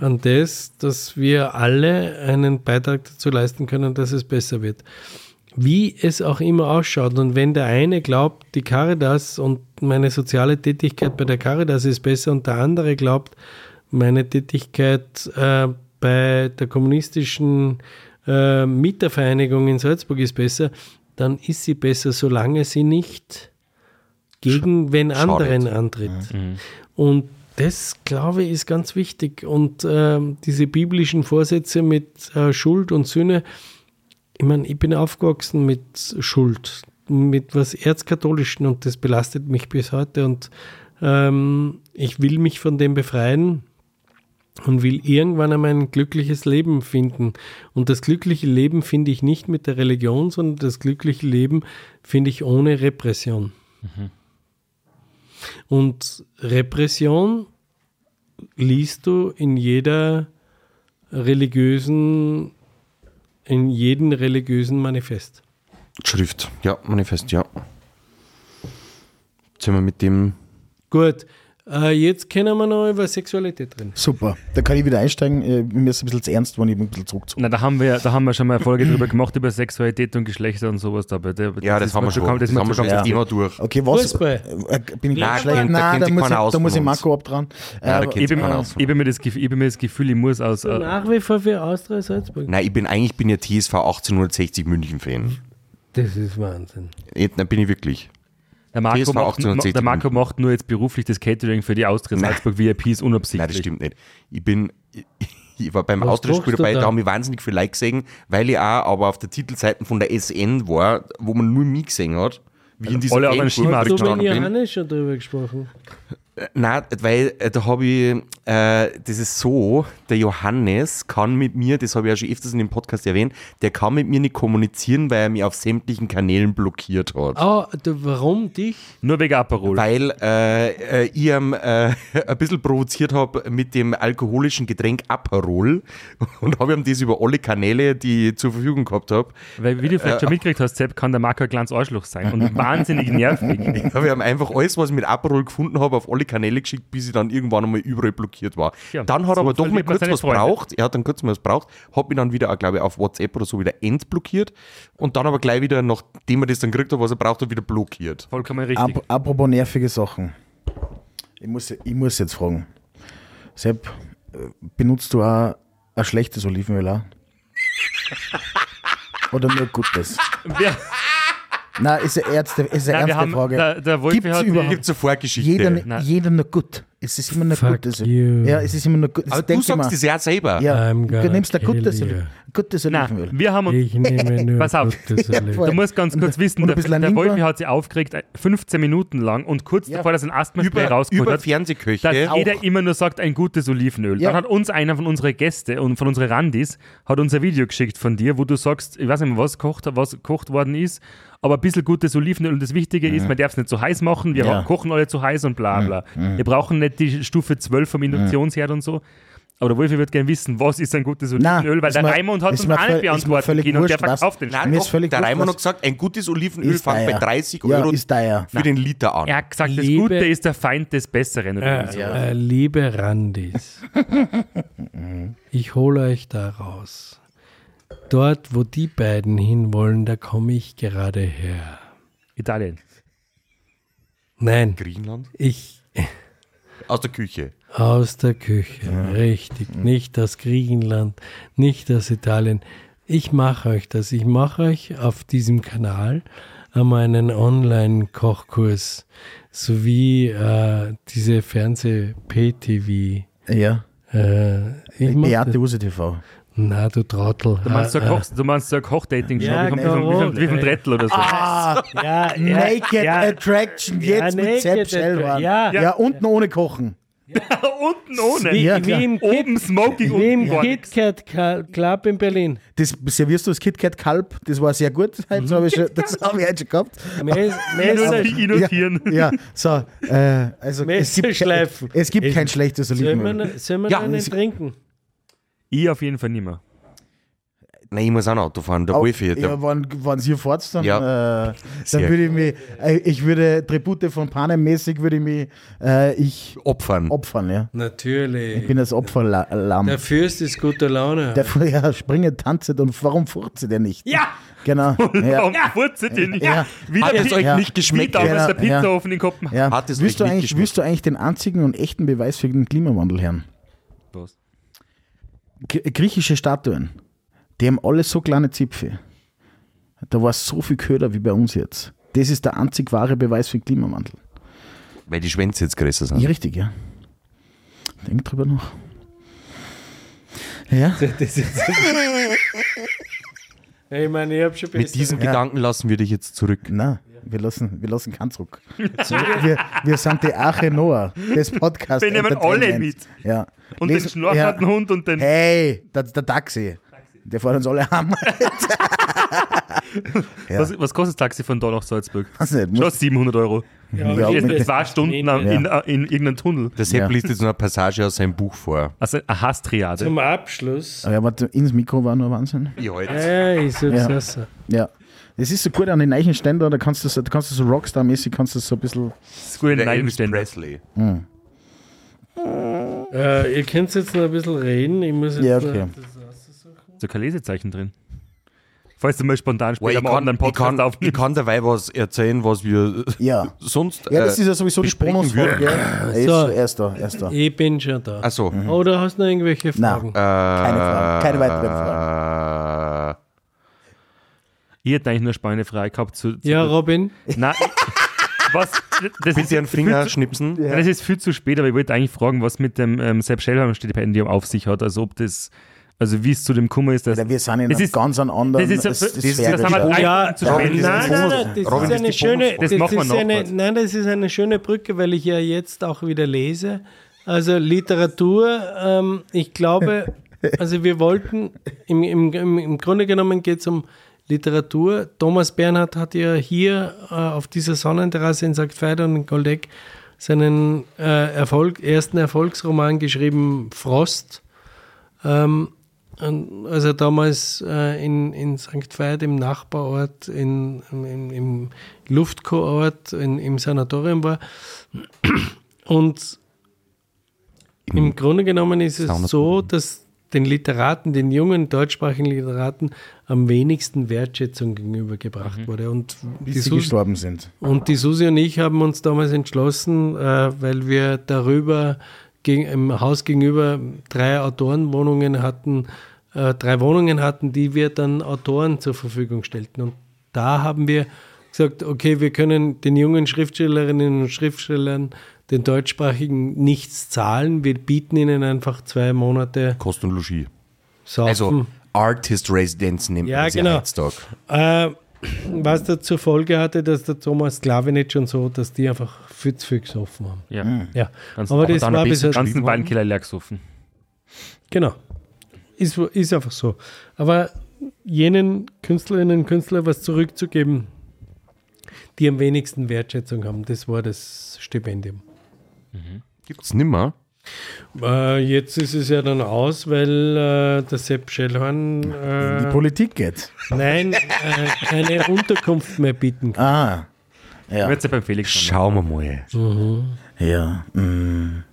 [SPEAKER 4] an das, dass wir alle einen Beitrag dazu leisten können, dass es besser wird. Wie es auch immer ausschaut. Und wenn der eine glaubt, die Caritas und meine soziale Tätigkeit bei der Caritas ist besser und der andere glaubt, meine Tätigkeit äh, bei der kommunistischen äh, Mietervereinigung in Salzburg ist besser, dann ist sie besser, solange sie nicht gegen wen
[SPEAKER 2] Schadet.
[SPEAKER 4] anderen antritt. Und das, glaube ich, ist ganz wichtig. Und ähm, diese biblischen Vorsätze mit äh, Schuld und Sühne, ich meine, ich bin aufgewachsen mit Schuld, mit was Erzkatholischen und das belastet mich bis heute. Und ähm, ich will mich von dem befreien und will irgendwann einmal ein glückliches Leben finden. Und das glückliche Leben finde ich nicht mit der Religion, sondern das glückliche Leben finde ich ohne Repression. Und Repression liest du in jeder religiösen, in jedem religiösen Manifest.
[SPEAKER 2] Schrift, ja, Manifest, ja. Jetzt sind wir mit dem.
[SPEAKER 4] Gut, äh, jetzt können wir noch über Sexualität reden.
[SPEAKER 1] Super, da kann ich wieder einsteigen. Äh, Mir ist ein bisschen zu ernst geworden, ich bin ein bisschen zurückgezogen.
[SPEAKER 3] Na, da haben wir, da haben wir schon mal eine Folge drüber gemacht, über Sexualität und Geschlechter und sowas dabei.
[SPEAKER 2] Ja, das, haben wir schon. das haben wir schon das
[SPEAKER 1] ja.
[SPEAKER 2] Thema durch.
[SPEAKER 1] Okay, was?
[SPEAKER 4] Fußball.
[SPEAKER 1] Äh, bin ich
[SPEAKER 2] Nein,
[SPEAKER 1] ganz schlecht?
[SPEAKER 2] kennt- da
[SPEAKER 1] Nein,
[SPEAKER 2] kennt
[SPEAKER 1] da
[SPEAKER 2] sich
[SPEAKER 1] muss, ich,
[SPEAKER 2] keiner aus
[SPEAKER 1] da muss ich
[SPEAKER 2] von uns.
[SPEAKER 1] Marco ab dran.
[SPEAKER 2] Nein, da
[SPEAKER 1] Äh,
[SPEAKER 2] kennt
[SPEAKER 3] Ich
[SPEAKER 2] sich
[SPEAKER 3] bin,
[SPEAKER 2] keiner aus.
[SPEAKER 3] ich, bin mir das Gefühl, ich bin mir das Gefühl, ich muss aus. Äh,
[SPEAKER 4] Nach wie vor für Austria Salzburg.
[SPEAKER 2] Nein, ich bin eigentlich bin ja TSV 1860 München-Fan.
[SPEAKER 4] Das ist Wahnsinn.
[SPEAKER 2] Eh, Nein, bin ich wirklich.
[SPEAKER 3] der, Marco
[SPEAKER 2] TSV
[SPEAKER 3] macht,
[SPEAKER 2] 1860
[SPEAKER 3] der Marco
[SPEAKER 2] Minuten.
[SPEAKER 3] macht nur jetzt beruflich das Catering für die Austria
[SPEAKER 2] Nein.
[SPEAKER 3] Salzburg VIPs unabsichtlich.
[SPEAKER 2] Nein, das stimmt nicht. Ich bin. Ich, ich war beim
[SPEAKER 4] Was
[SPEAKER 2] Austria-Spiel
[SPEAKER 4] druckst du
[SPEAKER 2] dabei, da
[SPEAKER 4] da?
[SPEAKER 2] haben mich wahnsinnig viel Leute gesehen, weil ich auch aber auf der Titelseite von der SN war, wo man nur mich gesehen hat. Wie in diesem
[SPEAKER 3] Alle anderen
[SPEAKER 2] Endspurt, wo
[SPEAKER 3] Skimarkt
[SPEAKER 2] ich
[SPEAKER 4] Hast du
[SPEAKER 2] gestanden
[SPEAKER 4] mit
[SPEAKER 2] bin.
[SPEAKER 4] Johannes schon drüber gesprochen?
[SPEAKER 2] Nein, weil äh, da habe ich, äh, das ist so, der Johannes kann mit mir, das habe ich ja schon öfters in dem Podcast erwähnt, der kann mit mir nicht kommunizieren, weil er mich auf sämtlichen Kanälen blockiert hat.
[SPEAKER 4] Oh, du, warum dich?
[SPEAKER 3] Nur wegen Aperol.
[SPEAKER 2] Weil äh, äh, ich ihm äh, ein bisschen provoziert habe mit dem alkoholischen Getränk Aperol und habe ihm das über alle Kanäle, die ich zur Verfügung gehabt habe,
[SPEAKER 3] Weil, wie du
[SPEAKER 2] äh,
[SPEAKER 3] vielleicht schon mitgekriegt hast, Sepp, kann der Marco ein kleines Arschloch sein und wahnsinnig nervig.
[SPEAKER 2] habe ich ihm einfach alles, was ich mit Aperol gefunden habe, auf alle Kanäle geschickt, bis ich dann irgendwann einmal überall blockiert war.
[SPEAKER 3] Tja,
[SPEAKER 2] dann hat
[SPEAKER 3] so
[SPEAKER 2] er aber doch mal
[SPEAKER 3] verliert man
[SPEAKER 2] kurz
[SPEAKER 3] seine
[SPEAKER 2] was
[SPEAKER 3] Freunde.
[SPEAKER 2] braucht. Er hat dann kurz mal was braucht, hat mich dann wieder, auch, glaube ich, auf WhatsApp oder so wieder entblockiert und dann aber gleich wieder, nachdem er das dann gekriegt hat, was er braucht hat, wieder blockiert.
[SPEAKER 3] Vollkommen richtig.
[SPEAKER 1] ap apropos nervige Sachen. Ich muss, ich muss jetzt fragen. Sepp, äh, benutzt du auch ein schlechtes Olivenöl auch? Oder nur gutes?
[SPEAKER 3] Wir-
[SPEAKER 1] Nein, ist eine, Ärzte, ist eine
[SPEAKER 3] Nein, wir
[SPEAKER 1] ernste
[SPEAKER 3] haben,
[SPEAKER 1] Frage.
[SPEAKER 3] der, der Wolfi
[SPEAKER 1] Gibt's
[SPEAKER 3] hat die-
[SPEAKER 1] überhaupt?
[SPEAKER 2] Gibt es eine Vorgeschichte?
[SPEAKER 1] jeder,
[SPEAKER 3] Nein.
[SPEAKER 1] jeder nur gut. Es ist immer nur
[SPEAKER 4] Fuck
[SPEAKER 1] gut. Also,
[SPEAKER 4] you.
[SPEAKER 1] ja, es ist immer nur gut.
[SPEAKER 2] aber du sagst das ja selber.
[SPEAKER 1] ja,
[SPEAKER 4] I'm
[SPEAKER 1] du
[SPEAKER 4] gonna
[SPEAKER 1] nimmst ein
[SPEAKER 4] kill
[SPEAKER 1] gutes,
[SPEAKER 4] you.
[SPEAKER 1] Oli- gutes Olivenöl.
[SPEAKER 3] Nein, wir haben uns.
[SPEAKER 4] Ich nehme nur
[SPEAKER 3] Pass auf.
[SPEAKER 4] gutes Erleben.
[SPEAKER 1] voll.
[SPEAKER 3] Du musst ganz kurz
[SPEAKER 1] Äh,
[SPEAKER 3] wissen,
[SPEAKER 1] Und
[SPEAKER 3] der,
[SPEAKER 1] ein bisschen
[SPEAKER 3] der
[SPEAKER 1] Lingua.
[SPEAKER 3] Wolfi hat sie aufgeregt, 15 Minuten lang und kurz
[SPEAKER 1] Ja.
[SPEAKER 3] davor, dass ein Asthma-Spray
[SPEAKER 2] Über,
[SPEAKER 3] rausgeholt
[SPEAKER 2] über
[SPEAKER 3] hat, dass
[SPEAKER 2] Fernsehköche.
[SPEAKER 3] jeder immer nur sagt, ein gutes Olivenöl.
[SPEAKER 1] Ja.
[SPEAKER 3] Dann hat uns einer von unseren Gästen und von unseren Randis hat uns ein Video geschickt von dir, wo du sagst, ich weiß nicht mehr, was gekocht, was gekocht worden ist, aber ein bisschen gutes Olivenöl. Und das Wichtige ist, man darf es nicht zu heiß machen, wir
[SPEAKER 1] Ja.
[SPEAKER 3] kochen alle zu heiß und bla bla. Wir brauchen nicht die Stufe 12 vom Induktionsherd und so. Aber der Wolfi wird gerne wissen, was ist ein gutes
[SPEAKER 1] Nein,
[SPEAKER 3] Olivenöl, weil
[SPEAKER 1] ist
[SPEAKER 3] der
[SPEAKER 1] mir-
[SPEAKER 3] Raimund hat
[SPEAKER 1] ist
[SPEAKER 3] uns
[SPEAKER 1] mir
[SPEAKER 3] auch
[SPEAKER 1] voll-
[SPEAKER 3] nicht
[SPEAKER 1] ist mir
[SPEAKER 3] beantworten
[SPEAKER 1] völlig
[SPEAKER 3] können und der
[SPEAKER 1] wurscht, was-
[SPEAKER 3] verkauft den
[SPEAKER 2] Nein,
[SPEAKER 1] Mir
[SPEAKER 2] doch,
[SPEAKER 1] ist völlig
[SPEAKER 2] der
[SPEAKER 1] wurscht,
[SPEAKER 2] Raimund
[SPEAKER 1] was-
[SPEAKER 2] hat gesagt, ein gutes Olivenöl
[SPEAKER 1] Ist
[SPEAKER 2] fängt bei
[SPEAKER 1] teuer.
[SPEAKER 2] 30
[SPEAKER 1] Ja,
[SPEAKER 2] Euro
[SPEAKER 1] ist teuer.
[SPEAKER 2] für den Liter an.
[SPEAKER 3] Er hat gesagt, das
[SPEAKER 4] Liebe-
[SPEAKER 3] Gute ist der Feind des Besseren. oder
[SPEAKER 4] Äh,
[SPEAKER 3] so.
[SPEAKER 4] äh, liebe Randis, ich hole euch da raus. Dort, wo die beiden hinwollen, da komme ich gerade her.
[SPEAKER 3] Italien.
[SPEAKER 4] Nein,
[SPEAKER 2] Griechenland?
[SPEAKER 4] ich
[SPEAKER 2] Aus der Küche.
[SPEAKER 4] aus der Küche, richtig. Nicht aus Griechenland, nicht aus Italien. Ich mache euch das. Ich mache euch auf diesem Kanal einmal einen Online-Kochkurs sowie äh, diese Fernseh-PTV.
[SPEAKER 1] Ja,
[SPEAKER 4] Äh, ich mach das.
[SPEAKER 1] Beate Use TV.
[SPEAKER 4] Na, du Trottel.
[SPEAKER 3] Du meinst so ein Koch, du meinst so ein Koch-Dating-Show,
[SPEAKER 4] Ja,
[SPEAKER 3] wie vom- wie vom- wie vom- wie vom
[SPEAKER 4] genau.
[SPEAKER 3] Drettel oder so.
[SPEAKER 1] Ah,
[SPEAKER 4] ja,
[SPEAKER 1] Naked
[SPEAKER 4] ja,
[SPEAKER 1] Attraction, jetzt mit
[SPEAKER 4] Naked
[SPEAKER 1] Sepp
[SPEAKER 4] Attraction,
[SPEAKER 1] Schellhorn.
[SPEAKER 4] ja.
[SPEAKER 1] ja, unten ohne Kochen.
[SPEAKER 3] Unten ohne.
[SPEAKER 4] Wie,
[SPEAKER 1] Ja,
[SPEAKER 4] wie
[SPEAKER 1] klar.
[SPEAKER 4] im, Kit,
[SPEAKER 3] Oben Smoking,
[SPEAKER 4] wie
[SPEAKER 3] unten
[SPEAKER 4] im
[SPEAKER 3] gar nichts.
[SPEAKER 4] KitKat Ka- Club in Berlin.
[SPEAKER 1] Das servierst du als KitKat Kalb, das war sehr gut. Heute, so hab ich schon, das habe ich heute schon gehabt.
[SPEAKER 4] Mes,
[SPEAKER 3] Nur
[SPEAKER 4] Mes,
[SPEAKER 3] die notieren.
[SPEAKER 1] Ja, so, äh, also es gibt,
[SPEAKER 4] Messerschleifen.
[SPEAKER 1] es gibt kein schlechtes
[SPEAKER 4] sollen wir,
[SPEAKER 1] Olivenöl.
[SPEAKER 4] noch- sollen wir
[SPEAKER 2] Ja,
[SPEAKER 4] noch einen
[SPEAKER 2] es-
[SPEAKER 4] trinken?
[SPEAKER 3] Ich auf jeden Fall nicht mehr.
[SPEAKER 2] Nein, ich muss auch ein Auto fahren, der Wolfi. Der,
[SPEAKER 1] Ja, wenn, wenn ihr fahrt, dann, äh, dann
[SPEAKER 2] Sehr
[SPEAKER 1] würde ich mich, äh, ich würde Tribute von Panem mäßig würde ich mich, äh, ich
[SPEAKER 2] Opfern.
[SPEAKER 1] opfern, ja. Ich
[SPEAKER 4] Natürlich.
[SPEAKER 1] bin das Opferlamm.
[SPEAKER 4] Der Fürst ist guter Laune.
[SPEAKER 1] Der ja, springe, tanzet und warum furzt ihr denn nicht?
[SPEAKER 3] Ja!
[SPEAKER 1] Genau.
[SPEAKER 3] Warum
[SPEAKER 1] Ja.
[SPEAKER 3] furzet ihr nicht?
[SPEAKER 1] Ja.
[SPEAKER 3] Wie
[SPEAKER 2] Hat
[SPEAKER 3] der
[SPEAKER 2] es
[SPEAKER 3] Pi-
[SPEAKER 2] euch
[SPEAKER 1] Ja.
[SPEAKER 2] nicht
[SPEAKER 3] wie
[SPEAKER 2] geschmeckt?
[SPEAKER 3] damals der
[SPEAKER 1] Ja, ja.
[SPEAKER 3] Pizzaofen in Kopenhagen.
[SPEAKER 1] Ja.
[SPEAKER 2] Hat es
[SPEAKER 1] Willst, du
[SPEAKER 2] euch nicht
[SPEAKER 1] eigentlich,
[SPEAKER 2] geschmeckt?
[SPEAKER 1] willst du eigentlich den einzigen und echten Beweis für den Klimawandel hören?
[SPEAKER 3] Was?
[SPEAKER 1] G griechische Statuen, die haben alle so kleine Zipfe. Da war so viel Köder wie bei uns jetzt. Das ist der einzig wahre Beweis für den Klimawandel.
[SPEAKER 2] Weil die Schwänze jetzt größer sind.
[SPEAKER 1] Ja, richtig, ja. Denk drüber nach. Ja,
[SPEAKER 4] Ja, ich meine, ich habe schon
[SPEAKER 2] Mit diesem
[SPEAKER 1] Ja.
[SPEAKER 2] Gedanken lassen wir dich jetzt zurück.
[SPEAKER 1] nein, wir lassen, wir lassen keinen zurück. wir, wir sind die Arche Noah des Podcasts.
[SPEAKER 3] Wir nehmen alle
[SPEAKER 1] Entertainment. Ja.
[SPEAKER 3] Und
[SPEAKER 1] Lesen-
[SPEAKER 3] den schnorchernden
[SPEAKER 1] ja.
[SPEAKER 3] Hund und den.
[SPEAKER 1] Hey, der, der Taxi. Der fährt uns alle heim. ja.
[SPEAKER 3] Was, was kostet das Taxi von da nach Salzburg?
[SPEAKER 1] Weiß nicht,
[SPEAKER 3] Schon
[SPEAKER 1] muss,
[SPEAKER 3] 700 Euro.
[SPEAKER 1] Ja,
[SPEAKER 3] Jetzt
[SPEAKER 1] mit-
[SPEAKER 3] zwei Stunden am- in, äh, in, irgendeinem Tunnel.
[SPEAKER 2] Der Sepp
[SPEAKER 1] Ja.
[SPEAKER 2] liest jetzt noch eine Passage aus seinem Buch vor.
[SPEAKER 3] Also eine Hasstriade.
[SPEAKER 4] Zum Abschluss.
[SPEAKER 1] ja, warte, ins Mikro war nur Wahnsinn.
[SPEAKER 2] Ja,
[SPEAKER 3] Äh,
[SPEAKER 2] jetzt.
[SPEAKER 4] Ja, ich sag's
[SPEAKER 1] Ja.
[SPEAKER 4] auch so.
[SPEAKER 1] Ja. Das ist so gut an den neuen Ständer, da kannst du so, da kannst du so Rockstar-mäßig kannst du so ein bisschen.
[SPEAKER 3] Das ist gut in
[SPEAKER 2] Der
[SPEAKER 3] einem
[SPEAKER 2] Elvis
[SPEAKER 3] Ständer.
[SPEAKER 2] Presley.
[SPEAKER 4] Äh, ihr könnt jetzt noch ein bisschen reden. Ich muss jetzt
[SPEAKER 1] Ja, okay.
[SPEAKER 4] noch das aussuchen.
[SPEAKER 3] So kein Lesezeichen drin. Falls du mal spontan
[SPEAKER 2] Weil
[SPEAKER 3] später
[SPEAKER 2] ich,
[SPEAKER 3] mal
[SPEAKER 2] kann,
[SPEAKER 3] anderen
[SPEAKER 2] ich,
[SPEAKER 3] Podcast
[SPEAKER 2] kann, ich
[SPEAKER 3] aufnimmst.
[SPEAKER 2] kann dabei was erzählen, was wir
[SPEAKER 1] Ja.
[SPEAKER 2] sonst.
[SPEAKER 1] Ja, das
[SPEAKER 2] äh,
[SPEAKER 1] ist ja sowieso die
[SPEAKER 2] besprechen
[SPEAKER 1] Bonusfolge.
[SPEAKER 2] würden.
[SPEAKER 1] Er ist,
[SPEAKER 4] So.
[SPEAKER 1] er ist da, er ist da.
[SPEAKER 4] Ich bin schon da.
[SPEAKER 1] Also,
[SPEAKER 2] Ach so.
[SPEAKER 1] mhm.
[SPEAKER 2] äh,
[SPEAKER 4] Oder hast du noch irgendwelche
[SPEAKER 1] Nein.
[SPEAKER 4] Fragen?
[SPEAKER 1] Keine Fragen, keine weiteren Fragen.
[SPEAKER 2] Fragen.
[SPEAKER 3] Ich hätte eigentlich nur eine spannende Frage gehabt zu. zu
[SPEAKER 4] Ja, Robin.
[SPEAKER 3] Nein. was? Das ist,
[SPEAKER 2] Bitte einen Finger schnipsen.
[SPEAKER 3] Nein, Das ist viel zu spät, aber ich wollte eigentlich fragen, was mit dem ähm, Sepp Schellhorn-Stipendium auf sich hat. Also, ob das. Also, wie es zu dem Kummer ist, dass.
[SPEAKER 1] Ja, wir sind in
[SPEAKER 3] Das
[SPEAKER 1] einer
[SPEAKER 3] ist-
[SPEAKER 1] ganz an anderen
[SPEAKER 3] das ist ja-
[SPEAKER 1] das,
[SPEAKER 3] das ist ja-
[SPEAKER 1] Sphäre.
[SPEAKER 3] das haben wir-
[SPEAKER 4] Oh
[SPEAKER 3] Nein,
[SPEAKER 4] ja,
[SPEAKER 3] zu
[SPEAKER 4] nein,
[SPEAKER 3] spät.
[SPEAKER 4] nein,
[SPEAKER 2] Das ist
[SPEAKER 4] nein,
[SPEAKER 2] die
[SPEAKER 4] das
[SPEAKER 2] Bonus-
[SPEAKER 4] ist eine schöne,
[SPEAKER 3] Das machen wir
[SPEAKER 4] ist
[SPEAKER 3] noch
[SPEAKER 4] eine,
[SPEAKER 3] kurz.
[SPEAKER 4] nein, das ist eine schöne Brücke, weil ich ja jetzt auch wieder lese. Also Literatur, ähm, ich glaube, also wir wollten, im, im, im, im Grunde genommen geht es um Literatur. Thomas Bernhard hat ja hier äh, auf dieser Sonnenterrasse in St. Veit und in Goldeck seinen äh, Erfolg, ersten Erfolgsroman geschrieben, Frost. Ähm, und also damals äh, in, in St. Veit im Nachbarort, in, im, im Luftkurort, in, im Sanatorium war. Und im Grunde genommen ist es so, dass den Literaten, den jungen deutschsprachigen Literaten am wenigsten Wertschätzung gegenübergebracht wurde. Und die,
[SPEAKER 1] bis sie
[SPEAKER 4] Sus-
[SPEAKER 1] gestorben sind.
[SPEAKER 4] und die Susi und ich haben uns damals entschlossen, äh, weil wir darüber gegen, im Haus gegenüber drei Autorenwohnungen hatten, äh, drei Wohnungen hatten, die wir dann Autoren zur Verfügung stellten. Und da haben wir gesagt, okay, wir können den jungen Schriftstellerinnen und Schriftstellern, den deutschsprachigen, nichts zahlen. Wir bieten ihnen einfach zwei Monate
[SPEAKER 2] Kost und Logis.
[SPEAKER 4] Saufen.
[SPEAKER 2] Also Artist Residenz nimmt
[SPEAKER 4] Ja,
[SPEAKER 2] man sich
[SPEAKER 4] genau.
[SPEAKER 2] heutzutage.
[SPEAKER 4] Äh, was da zur Folge hatte, dass der Thomas Klavinic und so, dass die einfach viel zu viel gesoffen haben.
[SPEAKER 3] ja.
[SPEAKER 2] Hm.
[SPEAKER 4] Ja,
[SPEAKER 3] Ganz-
[SPEAKER 4] aber
[SPEAKER 3] aber
[SPEAKER 4] das
[SPEAKER 2] dann
[SPEAKER 4] war
[SPEAKER 2] ein
[SPEAKER 4] bis
[SPEAKER 2] bisschen
[SPEAKER 4] jetzt,
[SPEAKER 3] ganzen Weinkeller leer gesoffen.
[SPEAKER 4] genau. Ist, ist einfach so. Aber jenen Künstlerinnen und Künstlern was zurückzugeben, die am wenigsten Wertschätzung haben, das war das Stipendium.
[SPEAKER 2] Gibt's nimmer.
[SPEAKER 4] Äh, jetzt ist es ja dann aus, weil äh, der Sepp Schellhorn
[SPEAKER 1] Die
[SPEAKER 4] äh,
[SPEAKER 1] Politik geht.
[SPEAKER 4] nein, äh, keine Unterkunft mehr bieten kann.
[SPEAKER 1] Ah,
[SPEAKER 3] Ja.
[SPEAKER 1] Ja.
[SPEAKER 3] Jetzt ja beim Felix schon.
[SPEAKER 2] Schauen wir mal.
[SPEAKER 1] ja. mm,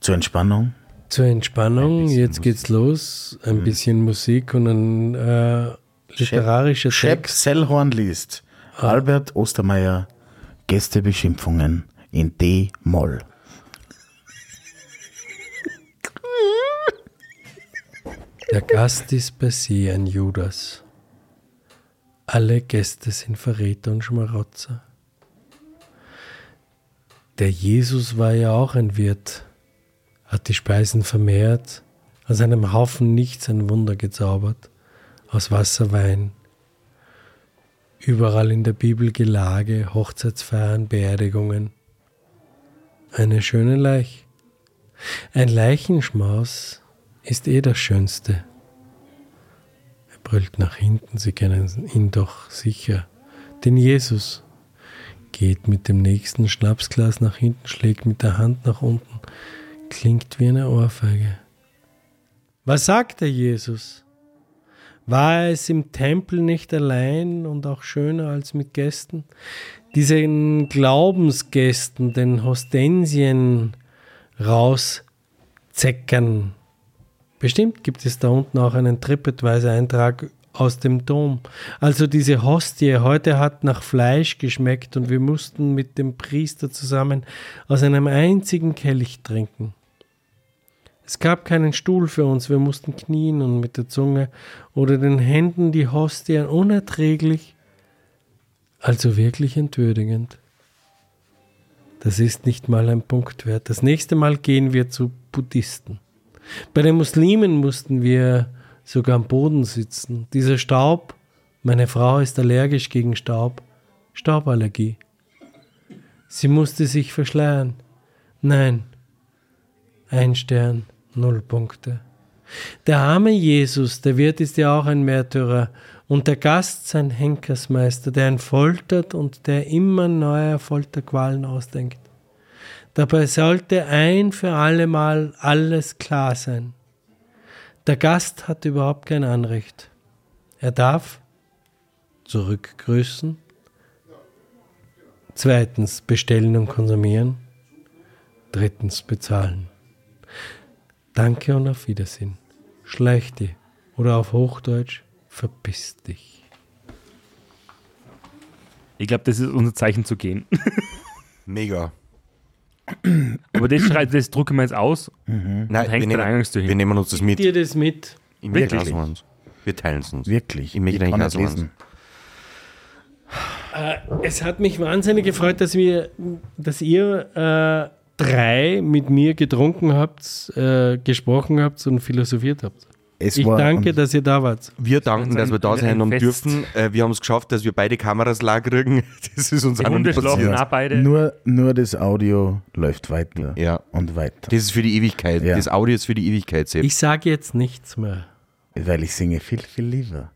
[SPEAKER 1] Zur Entspannung.
[SPEAKER 4] Zur Entspannung, jetzt geht's los. Ein bisschen Musik und ein äh, literarischer
[SPEAKER 1] Shep
[SPEAKER 4] Text.
[SPEAKER 1] Sellhorn liest. Albert Ostermeier, Gästebeschimpfungen in D-Moll.
[SPEAKER 4] Der Gast ist bei sie ein Judas. Alle Gäste sind Verräter und Schmarotzer. Der Jesus war ja auch ein Wirt, hat die Speisen vermehrt, aus einem Haufen nichts ein Wunder gezaubert, aus Wasser Wein. Überall in der Bibel Gelage, Hochzeitsfeiern, Beerdigungen. Eine schöne Leich. Ein Leichenschmaus ist eh das Schönste. Er brüllt nach hinten, Sie kennen ihn doch sicher. Den Jesus geht mit dem nächsten Schnapsglas nach hinten, schlägt mit der Hand nach unten, klingt wie eine Ohrfeige. Was sagt der Jesus? War es im Tempel nicht allein und auch schöner als mit Gästen? Diesen Glaubensgästen, den Hostensien, rauszeckern. Bestimmt gibt es da unten auch einen TripAdvisor-Eintrag aus dem Dom. Also diese Hostie heute hat nach Fleisch geschmeckt und wir mussten mit dem Priester zusammen aus einem einzigen Kelch trinken. Es gab keinen Stuhl für uns, wir mussten knien und mit der Zunge oder den Händen die Hostie unerträglich, also wirklich entwürdigend. Das ist nicht mal ein Punkt wert. Das nächste Mal gehen wir zu Buddhisten. Bei den Muslimen mussten wir sogar am Boden sitzen. Dieser Staub, meine Frau ist allergisch gegen Staub, Stauballergie. Sie musste sich verschleiern. Nein, ein Stern, null Punkte. Der arme Jesus, der Wirt ist ja auch ein Märtyrer, und der Gast sein Henkersmeister, der ihn foltert und der immer neue Folterqualen ausdenkt. Dabei sollte ein für allemal alles klar sein. Der Gast hat überhaupt kein Anrecht. Er darf zurückgrüßen, zweitens bestellen und konsumieren, drittens bezahlen. Danke und auf Wiedersehen. Schlechte oder auf Hochdeutsch verpiss dich.
[SPEAKER 3] Ich glaube, das ist unser Zeichen zu gehen.
[SPEAKER 2] Mega.
[SPEAKER 3] Aber das, schreit, das drucken wir jetzt aus.
[SPEAKER 2] Nein, wir
[SPEAKER 3] hängst an der
[SPEAKER 2] nehmen,
[SPEAKER 3] Eingangstür
[SPEAKER 2] wir
[SPEAKER 3] hin.
[SPEAKER 2] nehmen uns das mit.
[SPEAKER 4] Dir das mit.
[SPEAKER 2] Ich will
[SPEAKER 3] Wirklich?
[SPEAKER 2] Glas Orange. Wir teilen es uns.
[SPEAKER 1] Wirklich.
[SPEAKER 2] Ich möchte
[SPEAKER 1] Ich
[SPEAKER 2] ein
[SPEAKER 1] kann
[SPEAKER 2] Glas
[SPEAKER 1] nicht
[SPEAKER 2] Orange.
[SPEAKER 1] lesen.
[SPEAKER 4] Es hat mich wahnsinnig gefreut, dass wir, dass ihr äh, drei mit mir getrunken habt, äh, gesprochen habt und philosophiert habt.
[SPEAKER 1] Es
[SPEAKER 4] Ich
[SPEAKER 1] war-
[SPEAKER 4] danke, dass ihr da wart.
[SPEAKER 2] Wir danken, dass wir da
[SPEAKER 3] ein-
[SPEAKER 2] sein haben
[SPEAKER 3] ein Fest.
[SPEAKER 2] dürfen. Äh, wir haben es geschafft, dass wir beide Kameras lager kriegen. Das ist uns
[SPEAKER 3] Die
[SPEAKER 2] auch noch
[SPEAKER 3] Hunde
[SPEAKER 2] nicht
[SPEAKER 3] schlafen
[SPEAKER 2] passiert.
[SPEAKER 3] auch beide.
[SPEAKER 1] Nur, nur das Audio läuft weiter
[SPEAKER 2] Ja.
[SPEAKER 1] und weiter,
[SPEAKER 2] Das ist für die Ewigkeit.
[SPEAKER 1] Ja.
[SPEAKER 2] Das Audio ist für die Ewigkeit, Sepp.
[SPEAKER 4] Ich sage jetzt nichts mehr.
[SPEAKER 1] weil ich singe viel, viel lieber.